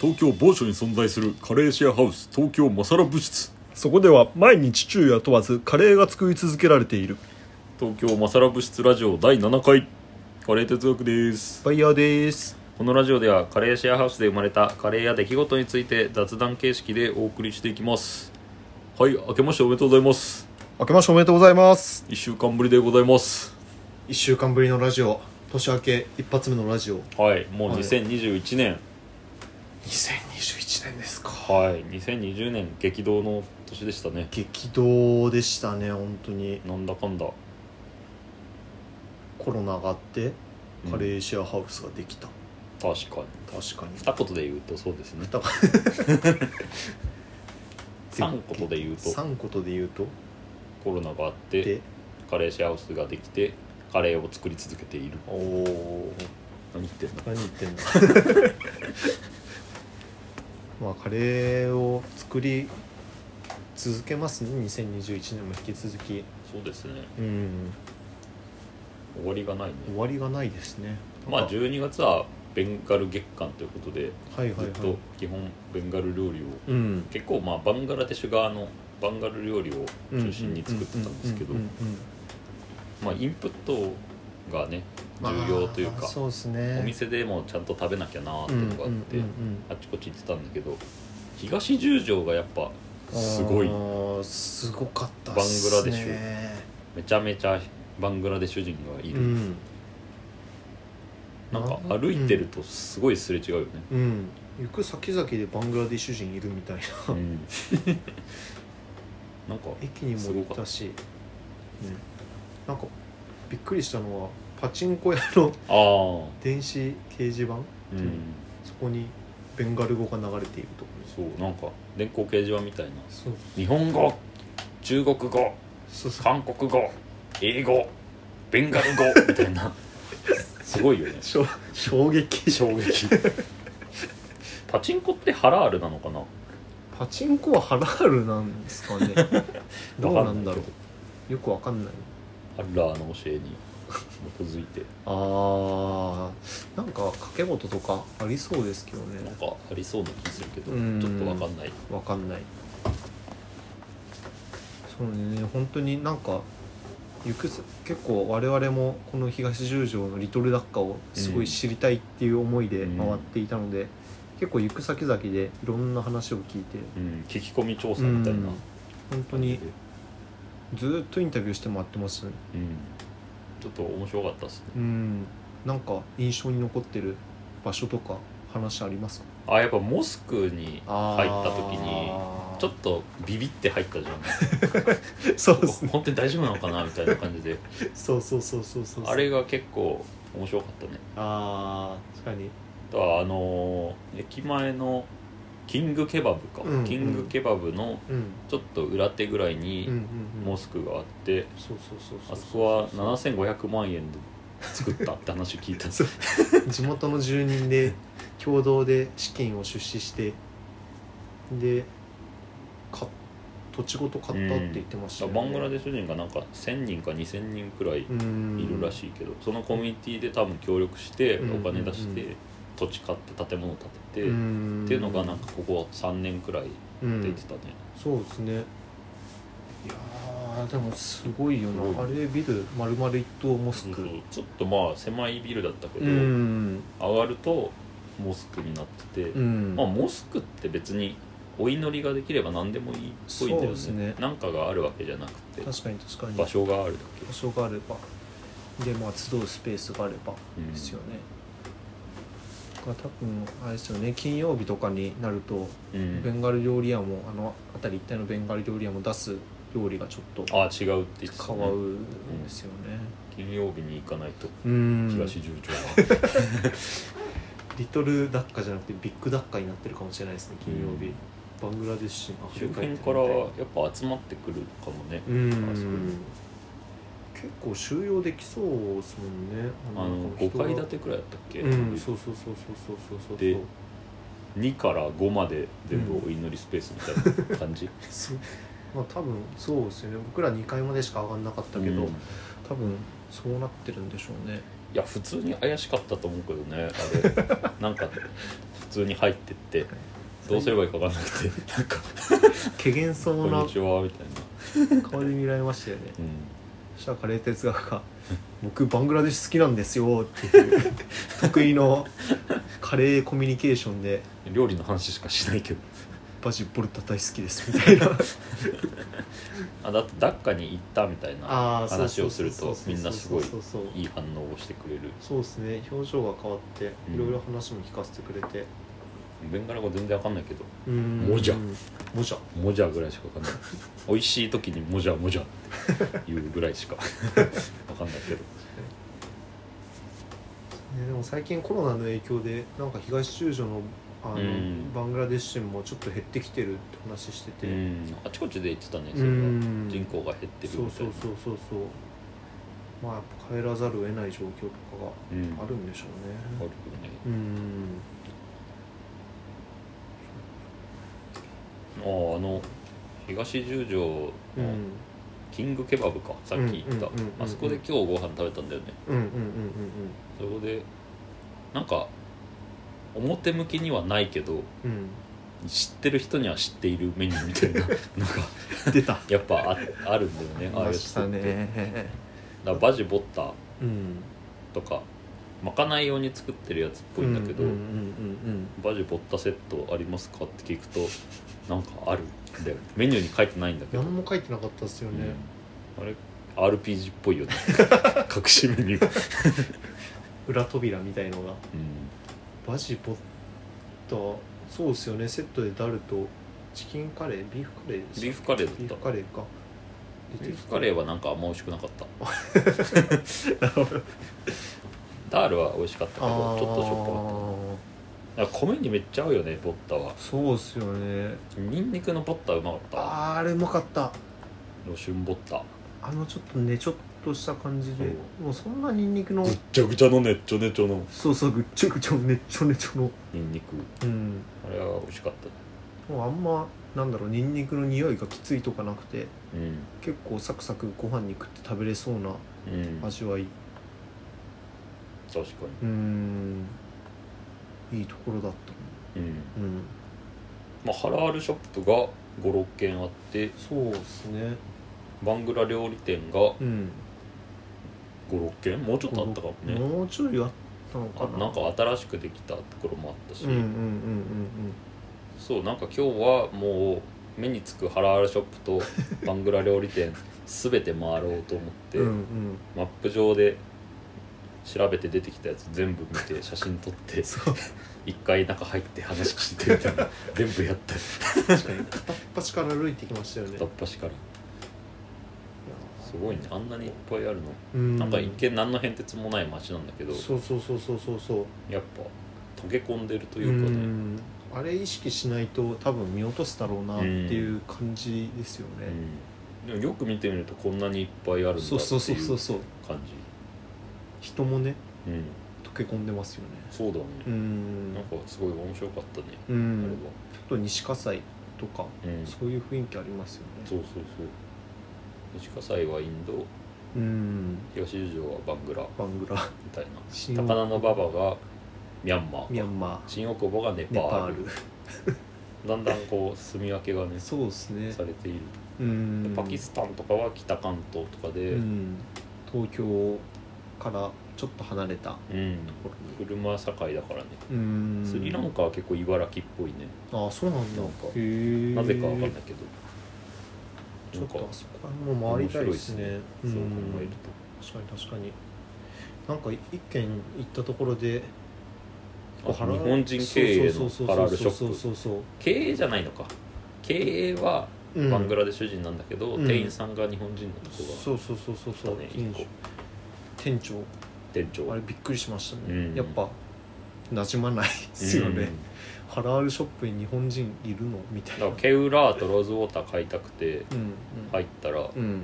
東京某所に存在するカレーシェアハウス東京マサラ部室そこでは毎日昼夜問わずカレーが作り続けられている東京マサラ部室ラジオ第7回カレー哲学ですバイヤーですこのラジオではカレーシェアハウスで生まれたカレーや出来事について雑談形式でお送りしていきますはい明けましておめでとうございます明けましておめでとうございます1週間ぶりでございます1週間ぶりのラジオ年明け一発目のラジオはいもうはい2021年2021年ですかはい2020年激動の年でしたね激動でしたね本当になんだかんだコロナがあってうんカレーシェアハウスができた、確かに確かに二言で言うとそうですね二言 三言で言うと3ことで言うとコロナがあってでカレーシェアハウスができてカレーを作り続けているおお何言ってんだ何言ってんだ まあカレーを作り続けますね2021年も引き続きそうですねうん終わりがないね終わりがないですねまあなんか12月はベンガル月間ということではいはずいっはとい基本ベンガル料理をうん結構まあバンガラデシュ側のバンガル料理を中心に作ってたんですけどうんうんうんうんまあインプットがねうんうん重要というかまあそうですねお店でもちゃんと食べなきゃなーってういうんうんのがあってうんうんあっちこっち行ってたんだけど東十条がやっぱすごいあーすごかったっバンすグねラデシめちゃめちゃバングラデシュ人がいる、うんなんか歩いてるとすごいすれ違うよね、うん行く先々でバングラデシュ人いるみたいなうん なんか駅にも行ったしうんなんかびっくりしたのはパチンコ屋のああ電子掲示板うんそこにベンガル語が流れているところそうなんか電光掲示板みたいなそう日本語中国語そうそう韓国語英語ベンガ ル語みたいなすごいよねしょ衝撃衝撃パチンコってハラールなのかなパチンコはハラールなんですかね どうなんだろうよくわかんないアッラーの教えに基づいてあーなんか掛け事とかありそうですけどなんねかありそうな気するけどちうょんっとわかんないわかんないそうね本当になんか行くせ結構我々もこの東十条のリトルダッカをすごい知りたいっていう思いでうん回っていたので、結構行く先々でいろんな話を聞いてうん聞き込み調査みたいなうん本当にずーっとインタビューしてもらってましたねうんちょっと面白かったですねうんなんか印象に残ってる場所とか話ありますかあやっぱモスクに入った時にあーちょっとビビって入 ったじゃんそうですね本当に大丈夫なのかなみたいな感じで そうそうそうそうそうあれが結構面白かったねあー確かにあとはあのー駅前のキングケバブか、うんキングケバブのうんちょっと裏手ぐらいうんにうんモスクがあって、そうそうそうそうあそこは7500万円で作ったって話聞いたそう地元の住人で共同で資金を出資してでか土地ごと買ったって言ってましたよねバングラデシュ人がなんか1000人か2000人くらいいるらいしいけど、そのコミュニティで多分協力してうおん金出して、うんう土地買って建物建てって、ってていうのがなんかここ3年くらい出てたね、そうですねいやーでもすごいよすなごあいれビル丸々一棟モスクそうちょっとまあ狭いビルだったけど、うん上がるとモスクになってて、うんまあ、モスクって別にお祈りができれば何でもいいっぽいんだそうよですねねなんかがあるわけじゃなくて確かに確かに場所があるだけ場所があればでまあ集うスペースがあればうんですよね、が多分あれですよね金曜日とかになるとうんベンガル料理屋もあの辺り一帯のベンガル料理屋も出す料理がちょっとああ違うって言ってた、変ねわ、るんですよね金曜日に行かないとうん東十条は、リトルダッカじゃなくてビッグダッカになってるかもしれないですね金曜日、うんバングラデシュの周辺からやっぱ集まってくるかもね、うんあそこに結構収容できそうですもんねあの人5が階建てくらいだったっけ、うん、そうそうそうそうそうそうそうで2から5まで全部お祈りスペースみたいな感じ、そうまあ多分そうですよね僕ら2階までしか上がんなかったけど、うん多分そうなってるんでしょうねいや普通に怪しかったと思うけどねあれなんか普通に入ってってどうすればいいか分かんなくてなんかけげん「そこうんなにちは」みたいな、顔で見られました よねうん、そしたらカレー哲学が「僕バングラデシュ好きなんですよ」っていう得意のカレーコミュニケーションで料理の話しかしないけど「バジボルタ大好きです」みたいな あだってダッカに行ったみたいなあーそう話そうをすそうるそとうそみうんなすごいそうそうそういい反応をしてくれるそうですね表情が変わってうんいろいろ話も聞かせてくれてベンガラ語全然分かんないけどうーんもじゃもじゃ「もじゃ」ぐらいしか分かんない美味しい時に「もじゃもじゃ」っていうぐらいしか 分かんないけどねでも最近コロナの影響でなんか東中所のあの、うんバングラデシュ人もちょっと減ってきてるって話してて、うんあちこちで言ってたねそれはうん人口が減ってるそうみたそいうなそうそうそうまあやっぱ帰らざるを得ない状況とかうんがあるんでしょあうるよねねうんあああの東十条うんのキングケバブかさっき言ったうんうんうんうんうんあそこで今日ご飯食べたんだよねうんうんうんうんそこでなんか表向きにはないけどうんうん知ってる人には知っているメニューみたい ななんか 出たやっぱああるんだよねああいうやつってねだからバジボッタうんとかまかない用に作ってるやつっぽいんだけど、うんうんうんバジボッタセットありますかって聞くとなんかあるんだよメニューに書いてないんだうけんど、何も書いてなかったですよね、うんあれ RPG っぽ いよね隠しメニュー、裏扉みたいのうがんバジボッタそうですよねセットでダルとチキンカレービーフカレーでしたビーフカレービーだフっカたレーかビーフカレーはなんかあんま美味しくなか ったダールは美味しかったけどちょっとしょっぱかっょただから米にめっちゃ合うよねボッタはそうっすよねニンニクのボッタうまかったあーあれうまかったロシュンボッタあのちょっとねちょっとした感じでそうもうそんなニンニクのぐっちゃぐちゃのねっちょねちょのそうそうぐっちょぐちょねっちょねちょのニンニクうんあれは美味しかったねもうあんまなんだろうニンニクの匂いがきついとかなくてうん結構サクサクご飯に食って食べれそうなうん、確味わいかうーんいいところだったに、うんうんまあ、ハラールショップが56軒あってそうですねバングラ料理店がうん56軒もうちょっとあったかもねもうちょいあったのかあななんか新しくできたところもあったし、うんうんうんうんそうなんか今日はもう目につくハラールショップ とバングラ料理店全て回ろうと思って、うんうんうんマップ上で調べて出てきたやつ全部見て写真撮ってそう一回中入って話聞いてみたいな全部やった確かに片っ端から歩いてきましたよね片っ端からすごいねあんなにいっぱいあるの、うんなんか一見何の変哲もない街なんだけどそうそうそうそうそうそうやっぱ溶け込んでるとというかね、あれ意識しないと多分見落とすだろうなっていう感じですよね、うんでもよく見てみるとこんなにいっぱいあるんだっていそううそうそうそう感そうじ人もねうん溶け込んでますよねそうだね、うんなんかすごい面白かったね、あうれんは、ちょっと西葛西とかうん、そうそういう雰囲気ありますよねそうそう西葛西はインドうん東十条はバングラバングラみたいな新高菜の馬場がミャンマーミャンマ新大久保がネーネパパーールルだんだんこう住み分けがねそうですねされているうんパキスタンとかは北関東とかで、ううんん東京からちょっと離れたところ車社会だからね、にうんスリランカは結構茨城っぽいね、ああそうなんだなんかへーなぜかわかんないけどちなょんっかとあそこら辺も回りたいですねそう考んえる確かに確かになんか一軒行ったところでとあハラ日本人経営そうのそうそうそうハラルショそうップそうそう経営じゃないのか経営はそううんバングラデシュ人なんだけど、うん店員さんが日本人のとこがそうそうそうそうそうだね店一長店長店長あれびっくりしましたうんねやっぱ馴染まないですようんねハラールショップに日本人いるのみただいかならケウラーとローズウォーター買いたくてうんうん入ったらなんかうん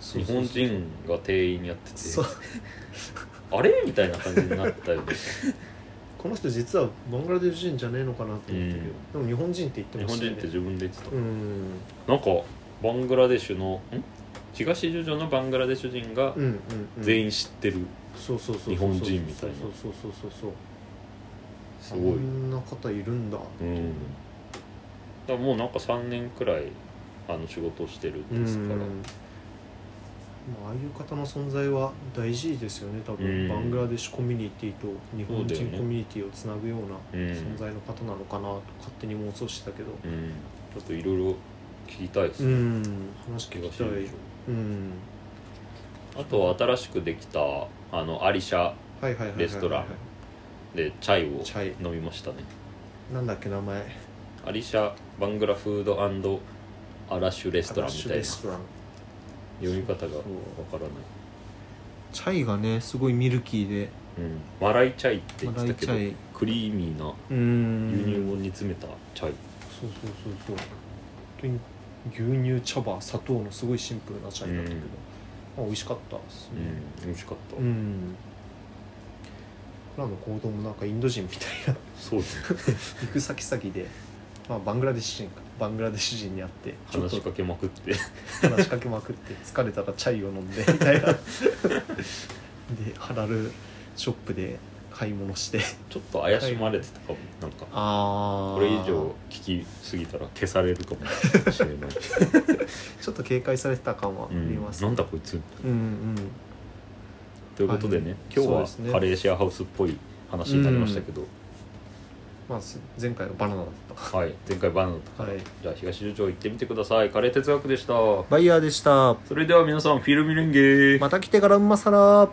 そ日うそうそう本人が店員やっててそうあれみたいな感じになったよ ねこの人実はバングラデシュ人じゃねえのかなって思ったけど、うんでも日本人って言って日ま本し人たよっねて自分で言ってたうんなんかバングラデシュのん東ジョジョのバングラデシュ人がうんうんうん全員知ってる、そうそうそうそう日本人みたいなそうそうそうそうそうすそごいうあんな方いるんだうんだからもうなんか3年くらいあの仕事をしてるうんですから、まあああいう方の存在は大事ですよね多分、うんバングラデシュコミュニティと日本そうだよ人ねコミュニティをつなぐようなうん存在の方なのかなと勝手に妄想してたけどうん、ちょっといろいろ聞きたいですうね、ん話聞き東ジたいョジうんョあとは新しくできたあのアリシャはいはいはいはいはいレストランでチャイをチャイ飲みましたねなんだっけ名前アリシャバングラフードアラッシュレストランみたいなアラッシュレストラン読み方がそわからない、チャイがねすごいミルキーでうん、マライチャイって言ってたけどマライチャイクリーミーなう輸入ん物に詰めたチャイ、そうそうそうそう本当に牛乳茶葉砂糖のすごいシンプルなチャイだったけど、うんまあ、美味しかったですうねん、美味しかった、うん僕らの行動もなんかインド人みたいなそうですね行く先々で、まあ、バングラデシュ人かバングラデシュ人に会ってちょっ話としかけまくって話しかけまくって疲れたらチャイを飲んでみたいなでハラルショップで買い物してちょっと怪しまれてたかも、なんかあこれ以上聞きすぎたら消されるかもしれない、ちょっと警戒されてた 感はあうりん、ます、なんだこいつうんうんということでね、はい今そうです日ねはカレーシェアハウスっぽい話になりましたけど、まあす前回はバナナだっはい、前回バナナとたはいじゃあ東十条行ってみてくださいカレー哲学でしたバイヤーでしたそれでは皆さんフィルミレンゲーまた来てからうまさら